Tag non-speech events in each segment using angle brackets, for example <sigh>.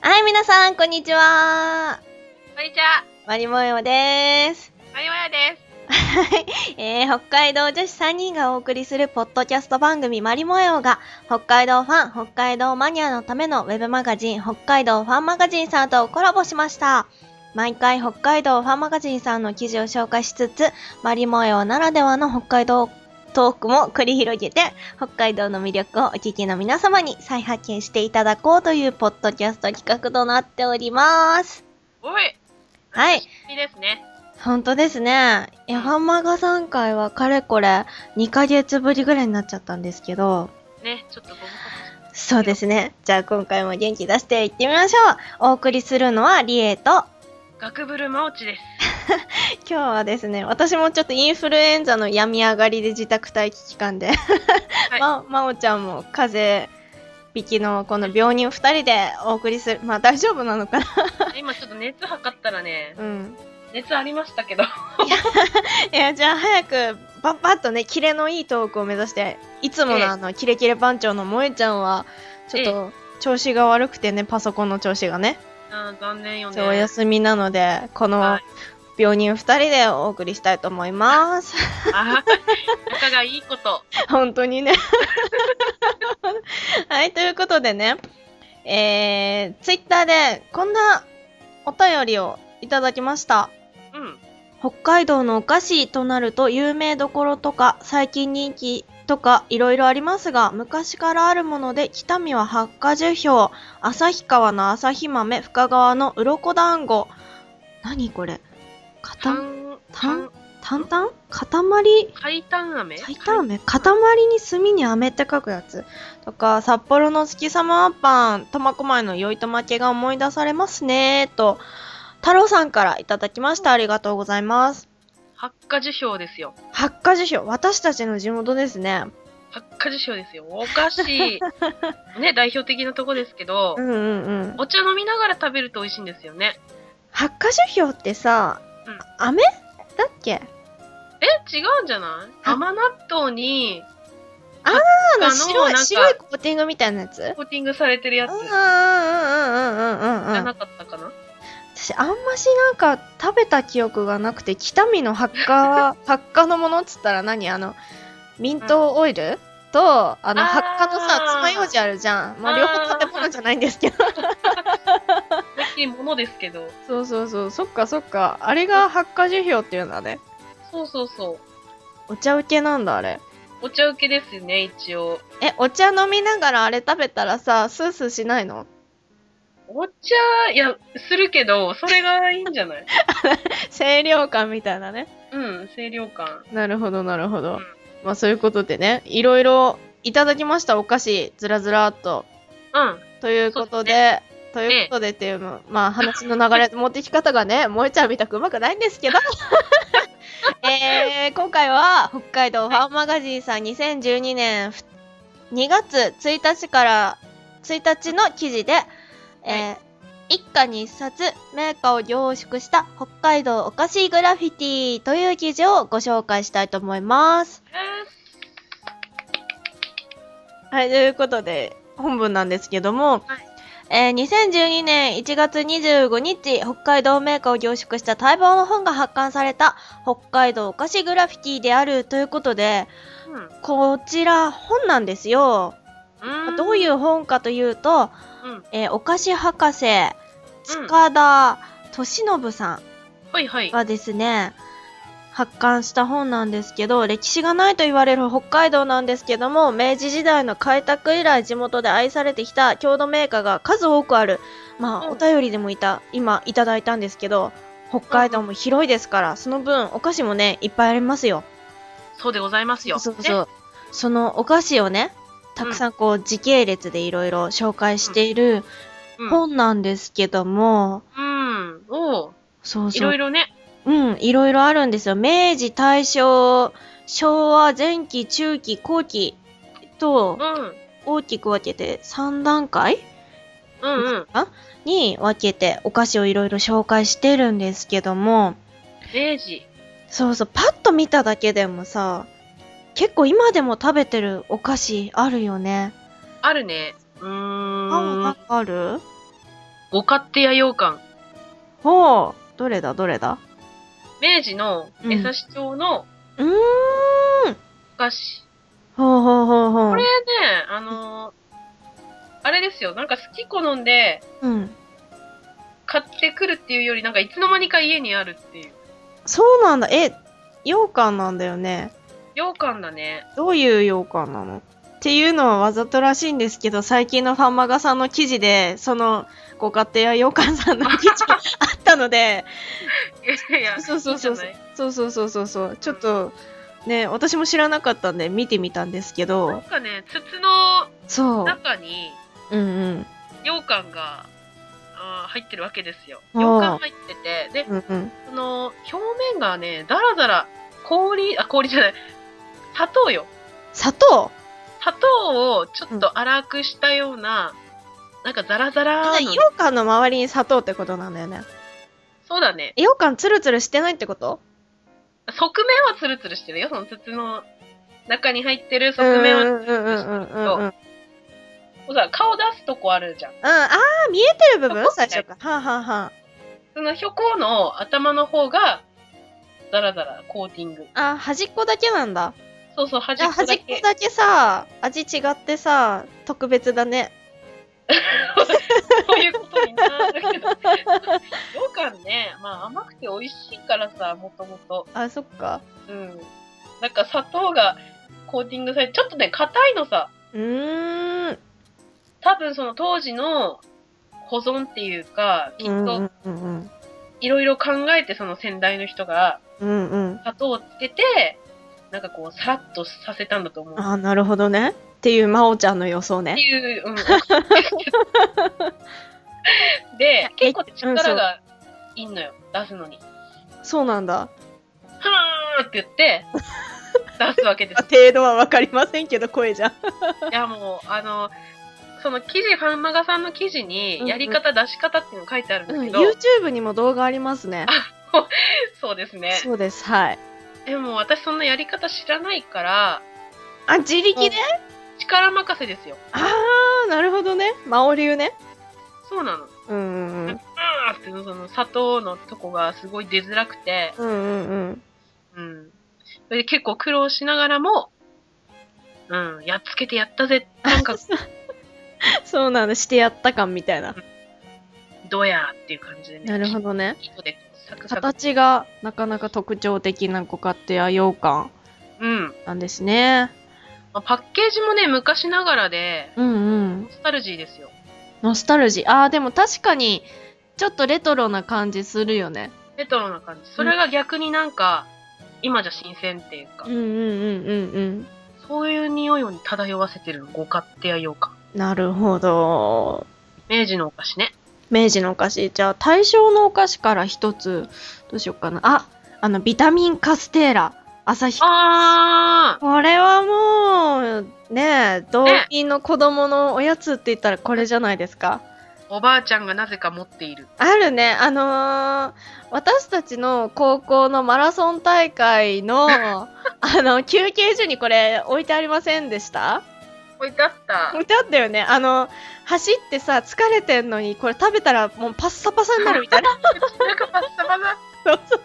はい、皆さん、こんにちは。こんにちは、マリモヨです。マリモヤです。えー、北海道女子3人がお送りするポッドキャスト番組マリモエオが北海道ファン、北海道マニアのためのウェブマガジン北海道ファンマガジンさんとコラボしました。毎回北海道ファンマガジンさんの記事を紹介しつつ、マリモエオならではの北海道トークも繰り広げて、北海道の魅力をお聞きの皆様に再発見していただこうというポッドキャスト企画となっております。おい、はい。いいですね。本当ですね。いや、ハンマガさん会はかれこれ2ヶ月ぶりぐらいになっちゃったんですけど、ね、ちょっとご無沙そうですね。じゃあ今回も元気出していってみましょう。お送りするのはリエと、汰。学ぶるまおちです。 <laughs> 今日はですね、私もちょっとインフルエンザの病み上がりで自宅待機期間で、は <laughs> いま、まおちゃんも風邪引きのこの病人2人でお送りする。まあ大丈夫なのかな今ちょっと熱測ったらね、うん。熱ありましたけど。いや、じゃあ早く、バッバッとね、キレのいいトークを目指して、いつもええのあの、キレキレ番長の萌えちゃんは、ちょっと、調子が悪くてね、パソコンの調子がね、あー残念よちね。ょっとお休みなので、このはい病人二人でお送りしたいと思います。 <laughs> あー仲がいいこと。本当にね。 <laughs> はい、ということでね、えー、ツイッターで、こんなお便りをいただきました。うん。北海道のお菓子となると有名どころとか最近人気とかいろいろありますが昔からあるもので北見は八花樹氷旭川の旭豆深川の鱗団子何これかたたん、たたんん、たんたん塊海胆飴最短飴塊に墨に飴って書くやつとか札幌の月様パン苫小牧の酔いと負けが思い出されますねと太郎さんからいただきましたありがとうございます八花樹氷ですよ。八花樹氷私たちの地元ですね八花樹氷ですよ。お菓子。 <laughs> ね、代表的なとこですけどう、んうんうんお茶飲みながら食べると美味しいんですよね。八花樹氷ってさ、うん飴だっけえ、違うんじゃないあ甘納豆にあのあの白なんいか白いコーティングみたいなやつコーティングされてるやつうんうんうんじうんうんうゃんうんなかったかな私あんましなんか食べた記憶がなくて北見の八 <laughs> 花八花のものっつったら何あのミントオイル、とあのあー八花のさ爪楊枝あるじゃんまあ両方あー建物じゃないんですけど美味しいものですけど。 <laughs> そうそうそうそっかそっかあれが八花樹氷っていうんだねそうそうそう。お茶受けなんだあれお茶受けですね、一応。え、お茶飲みながらあれ食べたらさ、スースーしないのお茶、いや、するけど、それがいいんじ <laughs> ゃない清涼感みたいなね。うん、清涼感。なるほど、なるほど。うんまあそういうことでね、いろいろいただきました、お菓子、ずらずらっと。うん。ということで、ということでっていうの、まあ話の流れ、持ってき方がね、萌えちゃんみたくうまくないんですけ <laughs> ど。えー、今回は北海道ファンマガジンさん2012年ふ2月1日から1日の記事で、えー一家に一冊メーカーを凝縮した北海道お菓子グラフィティという記事をご紹介したいと思います。はい、ということで、本文なんですけども、えー2012年1月25日、北海道メーカーを凝縮した待望の本が発刊された、北海道お菓子グラフィティであるということで、うこちら本なんですよ。ん。うん。どういうう本かというと、うん。えーお菓子博士、塚田敏信さんはいはい。はですね、発刊した本なんですけど、歴史がないと言われる北海道なんですけども、明治時代の開拓以来地元で愛されてきた郷土メーカーが数多くある、まあ、うんお便りでもいた、今いただいたんですけど、北海道も広いですから、その分お菓子もね、いっぱいありますよ。そうでございますよ。そうそう。そのお菓子をね、たくさんこう時系列でいろいろ紹介しているね本なんですけども、うん。うん。おうそういそうろいろね。うん、いろいろあるんですよ。明治、大正、昭和、前期、中期、後期とうん。大きく分けて3段階うんうん。に分けてお菓子をいろいろ紹介してるんですけども、明治。そうそう、パッと見ただけでもさ、結構今でも食べてるお菓子あるよね。あるね。うーん。あ、わかるご勝手や洋館。ほう。どれだどれだ明治のうん江差町のうーん。お菓子。ほうほうほうほう。これね、あのーあれですよ。なんか好き好んでうん。買ってくるっていうより、なんかいつの間にか家にあるっていう。そうなんだ。え、羊羹なんだよね。羊羹だね。どういう羊羹なのっていうのはわざとらしいんですけど、最近のファンマガさんの記事で、その、ご家庭や羊羹さんの記事があったので、いやい <laughs> や、そうそうそういいんじそゃうない。そうそうそうそうそう。ちょっと、ね、私も知らなかったんで見てみたんですけなんど、かね、筒のそ中にう。うんうん。羊羹があー入ってるわけですよ。あー羊羹入ってて、で、うんうん。その表面がね、だらだら氷、あ、氷じゃない、砂糖よ。砂糖砂糖をちょっと粗くしたような、なんかザラザラ羊の。羹の周りに砂糖ってことなんだよね。そうだね。羊羹ツルツルしてないってこと側面はツルツルしてるよ。その筒の中に入ってる側面は。うんうんうんうんうんうん。そうさ、顔出すとこあるじゃん。うん、ああ、見えてる部そ分こ最初か。はあ、はあはそのひょこの頭の方が、ザラザラコーティング。あ、あ、端っこだけなんだ。そうそう、端じゃあっこ端だっこけ。だけさ、味違ってさ、特別だね。 <laughs> そういうことになるけど。よかんね、まあ甘くて美味しいからさ、もともと。あ、そっか。うん。なんか砂糖がコーティングされて、ちょっとね、硬いのさ。うーん。多分その当時の保存っていうか、きっうんとうんうんいろいろ考えてその先代の人がうん。うんうん。砂糖をつけて、なんかこう、さらっとさせたんだと思う。っあー、なるほどね。っていう、まおちゃんの予想てね。いう、うん。 <laughs> で、結構力がいんのよ、出すのに。そうなんだ。はーって言って、出す <laughs> わけですよ程度はわかりませんけど、声じゃ。いやもう、あの、その記事、ファンマガさんの記事うんうに、んやり方、出し方っていうの書いてあるんでうすん、けど、 <laughs> YouTube にも動画ありますね。そうですね。そうです、はい。でも私そんなやり方知らないから、あ、自力で力任せですよ。ああ、なるほどね。まお流ね。そうなの。うんうんうん。あーってその砂糖のとこがすごい出づらくて、うんうんうん。うん。それで結構苦労しながらも、うん、やっつけてやったぜ。なんか、 <laughs> そうなんだ、してやった感みたいな。どやーっていう感じでね。なるほどね。糸でサクサク。形がなかなか特徴的なご家庭や羊羹うん。なんですね。まあパッケージもね、昔ながらで、うんうんノ。スタルジーですよ。ノスタルジー。ああ、でも確かに、ちょっとレトロな感じするよね。レトロな感じ。それが逆になんか、今じゃ新鮮っていうか、うんうんうんうんそういう匂いを漂わせてるご勝手やようか。うん。なるほど。明治のお菓子ね。明治のお菓子。じゃあ、大正のお菓子から一つ、どうしようかな。あ、あの、ビタミンカステーラ。朝日あこれはもう、ねえ、同ね意の子供のおやつって言ったらこれじゃないですか。ーおばあちゃんがなぜか持っている。あるね、あのー私たちの高校のマラソン大会 <laughs> の、あの、休憩所にこれ置いてありませんでした置いてあった置。いてあったよね。あの、走ってさ、疲れてんのに、これ食べたらもうパッサパサになるみたい <laughs> な。 <laughs> なんかパッサパサ。そうそう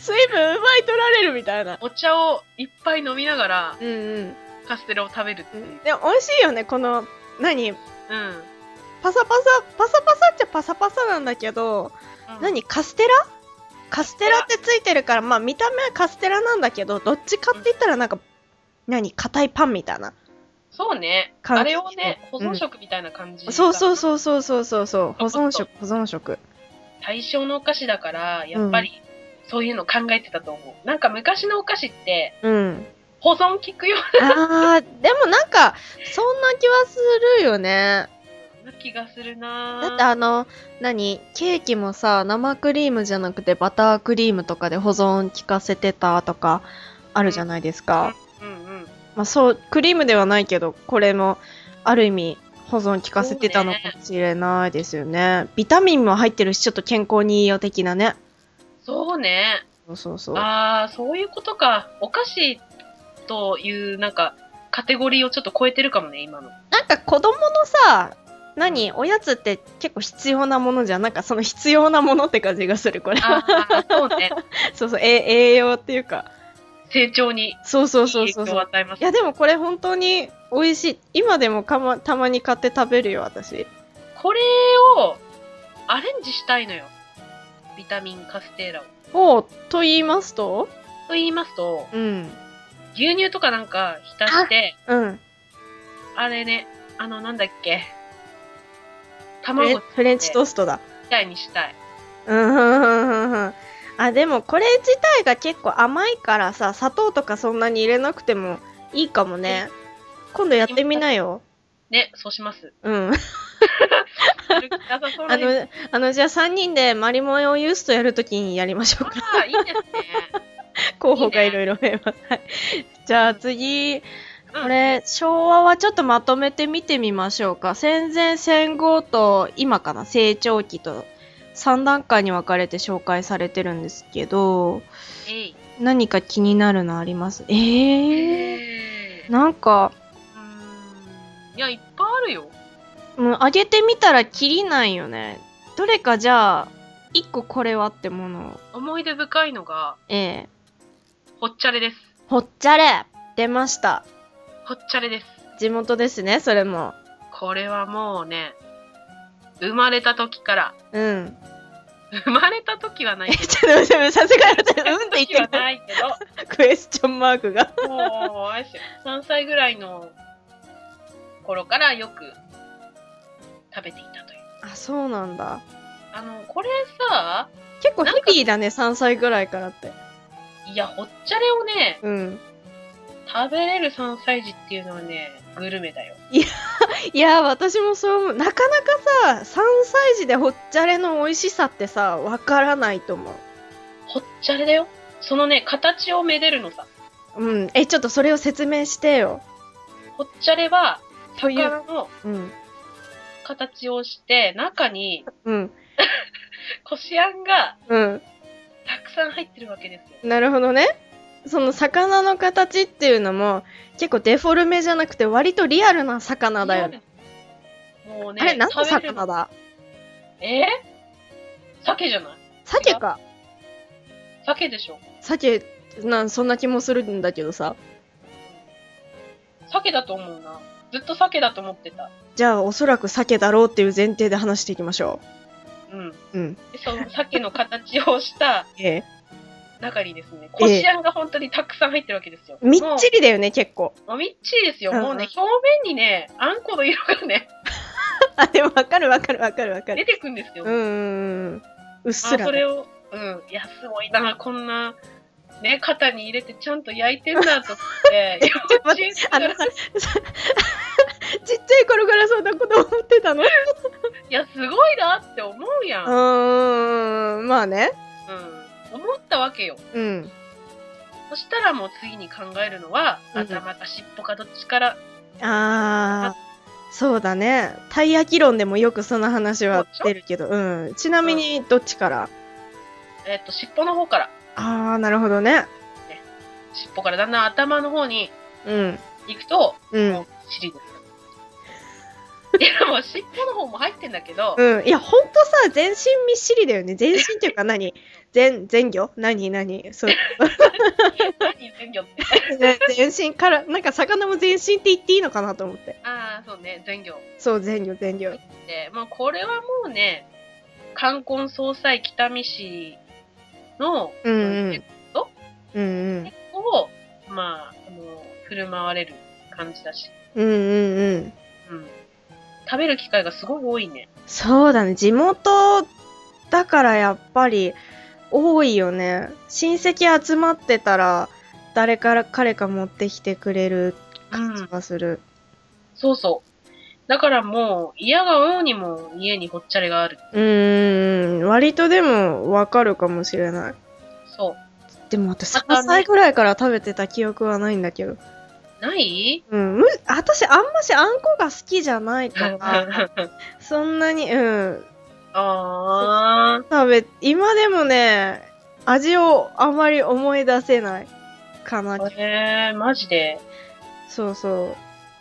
水分奪い取られるみたいな。お茶をいっぱい飲みながら、うんうん。カステラを食べるっていう。でも美味しいよね、この、何うん。パサパサ、パサパサっちゃパサパサなんだけど、何カステラカステラってついてるから、まあ見た目はカステラなんだけど、どっちかって言ったらなんか、何硬いパンみたいな。そうね。感じあれをね、保存食みたいな感じ、そうそうう。そうそうそうそうそう。保存食、保存食。対象のお菓子だから、やっぱり、そういうの考えてたと思う。なんか昔のお菓子って、うん。保存効くよあー、でもなんか、そんな気はするよね。うな気がするなだってあの、何ケーキもさ、生クリームじゃなくてバタークリームとかで保存効かせてたとか、あるじゃないですか。うんうん。まあ、そうクリームではないけどこれもある意味保存効かせてたのかもしれないですよねビタミンも入ってるしちょっと健康にいいよ的なねそうね。そうそうそうああ、そういうことか。お菓子という、なんか、カテゴリーをちょっと超えてるかもね、今の。なんか子供のさ何おやつって結構必要なものじゃんなんかその必要なものって感じがするこれああ、そう <laughs> ね。そうそうえ栄養っていうか成長にいいそうそうそう影そう響そをう与えます。いやでもこれ本当に美味しい今でもかまたまに買って食べるよ私これをアレンジしたいのよ。ビタミンカステーラを。おうと言いますとと言いますと、うん牛乳とかなんか浸して、うんあれね、あの、なんだっけ。フレ卵みフレンチトーストだたいにしたい。うんうんうんうんうん <laughs> あでもこれ自体が結構甘いからさ砂糖とかそんなに入れなくてもいいかもね今度やってみなよね、そうします。うんやる気なさそうあなねの、あの、じゃあ3人でマリモエをユースとやるときにやりまし <laughs> ょうか。ああ、いいですね。候補がいろいろ増えます。はいじゃあ次、うんこれ、昭和はちょっとまとめて見てみましょうか。戦前、戦後と、今かな、成長期と、3段階に分かれて紹介されてるんですけど、えい。何か気になるのありますえー、えーなんか、うーんいや、いっぱいあるよ。うん、上げてみたらきりないよね。どれかじゃあ、1個これはってものを、思い出深いのが、ええほっちゃれです。ほっちゃれ出ました。ほっちゃれです。地元ですね、それも。これはもうね、生まれた時から、うん。生まれた時はないえ、。ちょっと待って、さすがに <laughs> 私、うんって言って時はくないけど、る。クエスチョンマークが。もう、あれですよ。3歳ぐらいの頃からよく食べていたという。あ、そうなんだ。あの、これさ、結構ヘビーだね、3歳ぐらいからって。いや、ほっちゃれをね、うん。食べれる3歳児っていうのはね、グルメだよ。いやー、私もそう思う。なかなかさ、3歳児でほっちゃれの美味しさってさ、わからないと思う。ほっちゃれだよ。そのね、形をめでるのさ。うん。え、ちょっとそれを説明してよ。ほっちゃれは、という魚のうん。形をして、中にうん。こしあんがうん。たくさん入ってるわけですよ。なるほどね。その魚の形っていうのも結構デフォルメじゃなくて割とリアルな魚だよね。もうね、あれ、何の食べる魚だえー、鮭じゃない鮭か。鮭でしょ。鮭、なん、そんな気もするんだけどさ。鮭だと思うな。ずっと鮭だと思ってた。じゃあ、おそらく鮭だろうっていう前提で話していきましょうん。う。うん。でその鮭の形をしたええ。中にですね、こしあんが本当にたくさん入ってるわけですよ。みっもうちりだよね、結構。もうみっちりですよ。うんうんもうね、表面にね、あんこの色がね、あ、でもわかるわかるわかるわか出る。てくんですよ。うんうんうん。うっすあらそ。れを、うん、いや、すごいな、こんな、ね、肩に入れてちゃんと焼いてんだと思 <laughs> って、幼稚園あかの <laughs> ら、いさ、さちっちゃい頃からそんなこと思ってたのうや、すごいなって思うやん。うん。ーん、まあね。思ったわけよ。うん。そしたらもう次に考えるのは、うん頭か尻尾かどっちから、あー。そうだね。たい焼き論でもよくその話は出るけど、うん。ちなみに、どっちから、えっと、尻尾の方から、あー、なるほどね。尻尾からだんだん頭の方にうん。行くと、うんも。う尻です。いや、もう尻尾の方も入ってんだけど、うん、いや、ほんとさ、全身みっしりだよね。全身っていうか何 <laughs> 全、全魚何何そう。何全魚って。全身から、なんか魚も全身って言っていいのかなと思って。ああ、そうね、全魚。そう、全魚、全魚。で、まあ、これはもうね、冠婚葬祭北見市の、うんう結ん。うんうん。構を、まあ、あの、振る舞われる感じだし、うんうんうん。うん。食べる機会がすごい多いね。そうだね。地元だからやっぱり多いよね。親戚集まってたら、誰から彼か持ってきてくれる感じがする。そうそう。だからもう、嫌が応にも家にほっちゃれがある。うん、うんうん。割とでもわかるかもしれない。そう。でも私あと3あの歳ぐらいから食べてた記憶はないんだけど。ないうん。む私あんましあんこが好きじゃないから、あそんなに、うん。あー。食べ、今でもね、味をあまり思い出せないかな。えー、マジで。そうそ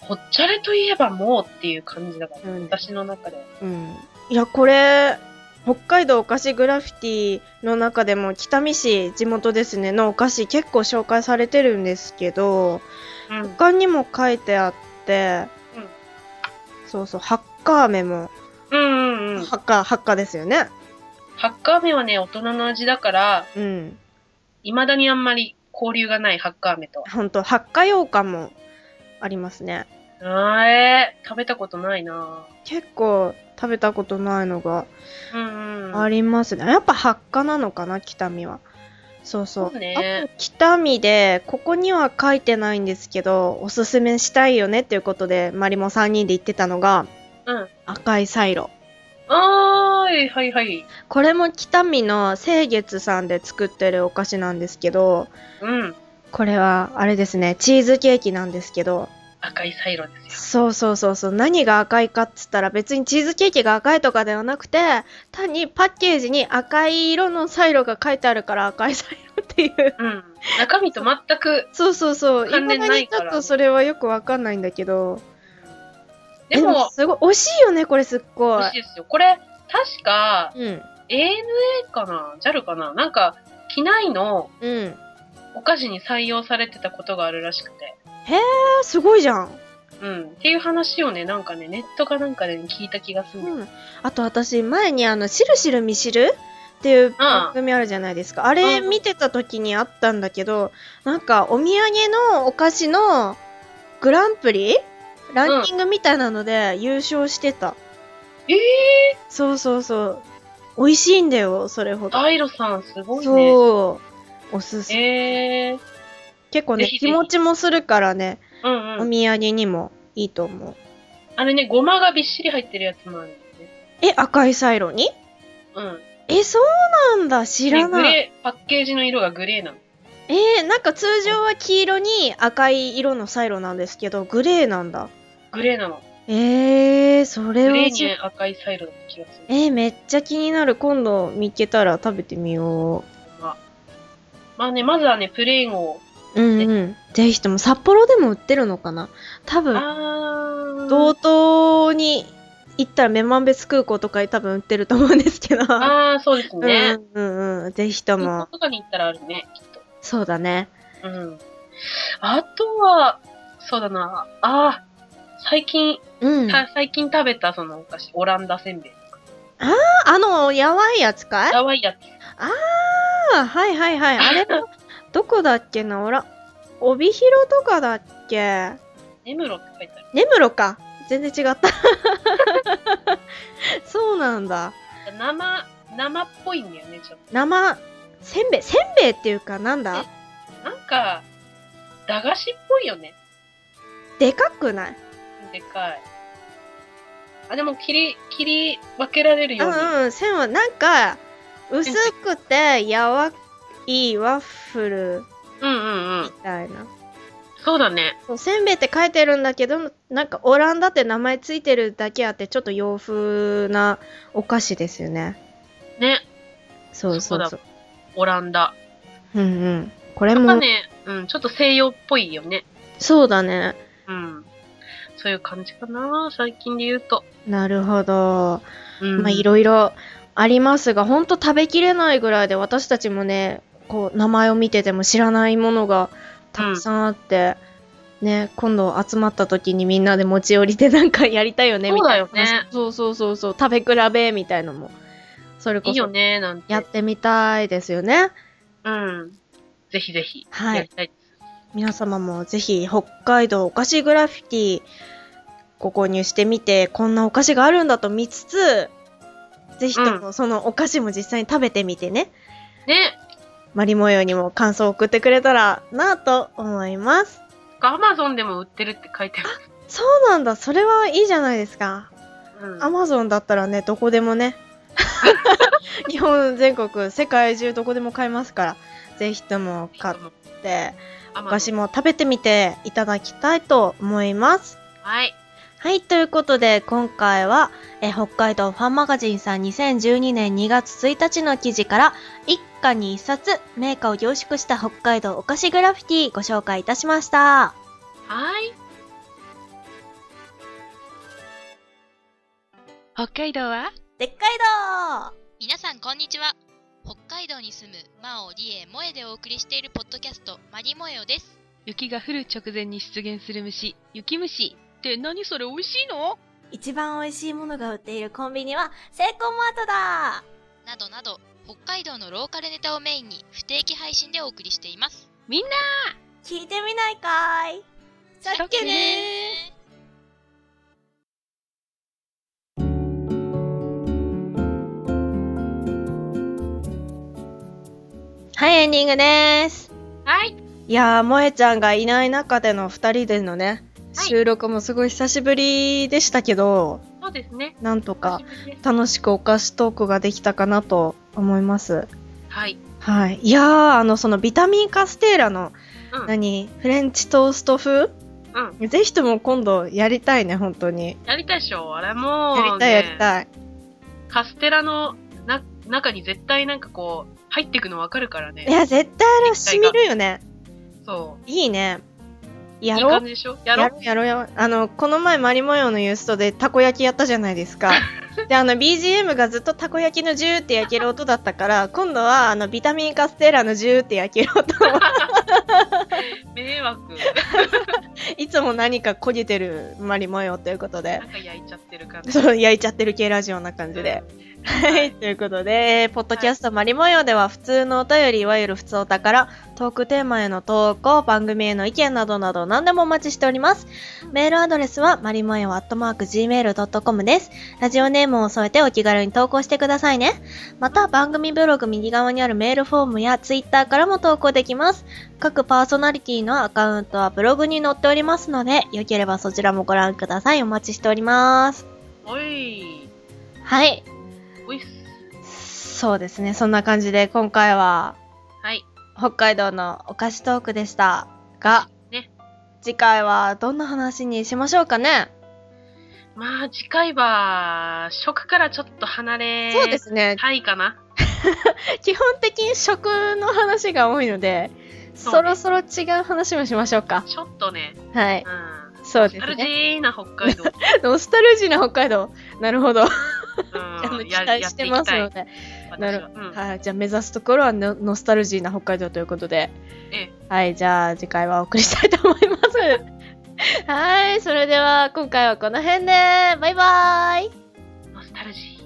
う。ぽっちゃりといえばもうっていう感じだから、うん私の中では。うん、いやこれ北海道お菓子グラフィティの中でも北見市地元ですねのお菓子結構紹介されてるんですけどうん。他にも書いてあって、うんそうそうハッカーメも、うんうんうん。ハッカーハッカーですよねハッカー飴はね、大人の味だから、うん未だにあんまり交流がないハッカー飴とほんとハッカ羊羹もありますねは。あえー、食べたことないな結構食べたことないのがうんうん。あれりますね、やっぱハッカなのかな北見はそうそうそうねあと北見でここには書いてないんですけどおすすめしたいよねっていうことでマリも3人で言ってたのがうん。赤いサイロあーい、はいはい。これも北見の清月さんで作ってるお菓子なんですけどうん。これはあれですねチーズケーキなんですけど赤いサイロですよ。そうそうそうそう何が赤いかっつったら別にチーズケーキが赤いとかではなくて単にパッケージに赤い色のサイロが書いてあるから赤いサイロっていううん。中身と全く、そうそうそう関連未だないにちかょらっとそれはよくわかんないんだけどでも、すごい惜しいよねこれすっご美い味しいですよ。これ、確か、うん ANA かな ?JAL かななんか、機内のうんえお菓子に採用されてたことがあるらしくて。ーすごいじゃん、うん。っていう話をね、なんかね、ネットかなんかで聞いた気がする。うん、あと私前にあの「しるしるみしる」っていう番組あるじゃないですか、あれうん見てた時にあったんだけどなんかお土産のお菓子のグランプリランキングみたいなので優勝してた、えー、そうそうそう美味しいんだよそれほど、ダイロさん、すごいね。そうおすすめえー、結構ねぜひぜひ日持ちもするからねうんうおん。土産にもいいと思うあれね、ごまがびっしり入ってるやつもあるんですね。え赤いサイロにうん。えそうなんだ知らで、グないレー、パッケージの色がグレーなの。えー、なんか通常は黄色に赤い色のサイロなんですけどグレーなんだグレーなの。えー、それグはレー知に赤いサイロだった気がする。えー、めっちゃ気になる今度見っけたら食べてみよまあ、まあね、まずはね、プレインを。ううんうんぜひとも札幌でも売ってるのかな多分あー。道東に行ったら女満別空港とかに多分売ってると思うんですけどあー、そうですね。うんうんうんぜひと空も港とかに行ったらあるね、きっと。そうだねうん。あとは、そうだな、ああ、最近、うんあた最近食べたそのお菓子、オランダせんべい。あのやばいやつかいかわいいやつ。あはいはいはい。あれも、どこだっけな、おら、帯広とかだっけネムロって書いてある。根室か。全然違った。 <laughs> そうなんだ。生、生っぽいんだよね、ちょっ生、せんべい、せんべいっていうかなんだと。なんか、駄菓子っぽいよね。でかくないでかい。あ、でも切り、切り分けられるうように。んうん、せんはなんか、薄くて柔らかいワッフルうんうんうみん。たいな。そうだね。そうせんべいって書いてるんだけど、なんかオランダって名前ついてるだけあって、ちょっと洋風なお菓子ですよね。ね。そうそうそう。そうオランダ。うんうん。これまあも、ね、うん、ちょっと西洋っぽいよね。そうだね。うん。そういう感じかな、最近で言うと。なるほど。うん。まあ、いろいろありますが、ほんと食べきれないぐらいで、私たちもね、こう、名前を見てても知らないものがたくさんあって、ね、今度集まった時にみんなで持ち寄りで <laughs> なんかやりたいよね、そうみだたいよな。ねそうそうそうそう、食べ比べみたいのも。それいこいよそ、ね、なんて。やってみたいですよね。うん。ぜひぜひ。はいやりたい。皆様もぜひ北海道お菓子グラフィティご購入してみてこんなお菓子があるんだと見つつぜひともそのお菓子も実際に食べてみてね、ね。マリモヨにも感想を送ってくれたらなぁと思いますアマゾンでも売ってるって書いてある。そうなんだそれはいいじゃないですかうん。アマゾンだったらねどこでも <laughs> ね日本全国世界中どこでも買えますからぜひとも買ってアおマ菓ゾ子ン。も食べてみていただきたいと思いますはい。はい、ということで、今回は、えー北海道ファンマガジンさん2012年2月1日の記事から、一家に一冊、メーカーを凝縮した北海道お菓子グラフィティご紹介いたしました。はい。北海道はでっかいど皆さんこんにちは北海道に住むマオリエモエでお送りしているポッドキャストマリモエオです雪が降る直前に出現する虫、雪虫。って何それ美味しいの一番美味しいものが売っているコンビニは、セイコーマートだなどなど北海道のローカルネタをメインに不定期配信でお送りしていますみんな聞いてみないかいさっきねはい、エンディングです。はい。いやー、萌えちゃんがいない中での二人でのね、はい収録もすごい久しぶりでしたけど、そうですね。なんとか久しぶりです楽しくお菓子トークができたかなと思います。はい。はい。いやー、あの、そのビタミンカステーラの、うん何、フレンチトースト風うん。ぜひとも今度やりたいね、本当に。やりたいっしょ。あれもう、やりたい、やりい。たい。カステラのな中に絶対なんかこう、入ってくのわかるからいね。や、絶対あれ染みるよね。そう。いいね。やいいろう感じでしょやろやうろうやろうやろうあのこの前マリモヨのユーストでたこ焼きやったじゃないです <laughs> かであの BGM がずっとたこ焼きのジューって焼ける音だったから今度はあのビタミンカステーラのジューって焼ける音迷惑。いつも何か焦げてるマリモヨということでなんか焼いちゃってる感じ。そう焼いちゃってる系ラジオな感じで。はい、ということで、ポッドキャストマリモヨでは普通のお便り、いわゆる普通お宝、トークテーマへの投稿、番組への意見などなど何でもお待ちしております。メールアドレスは、マリモヨアットマーク Gmail.com です。ラジオネームを添えてお気軽に投稿してくださいね。また、番組ブログ右側にあるメールフォームやツイッターからも投稿できます。各パーソナリティのアカウントはブログに載っておりますので、よければそちらもご覧ください。お待ちしております。 <laughs> おい。はい。おいっす。そうですね、そんな感じで今回ははい。北海道のお菓子トークでしたが、ね次回はどんな話にしましょうかね、まあ、次回は、食からちょっと離れ、そうですね、たいかな。基本的に食の話が多いので、そうそねろそろ違う話もしましょうか。ちょっとね、はい、うん。そうでアすルジね。ーな北海道。ノスタルジーな北海道。なるほど。 <laughs> あうのん。期や待してますやのっで。ていきたいな私るはうん。はい、じゃあ目指すところはノノスタルジーな北海道ということで。えはい、じゃあ次回はお送りしたいと思います。 <laughs> はい、それでは今回はこの辺で、バイバーイえ、ノスタルジー。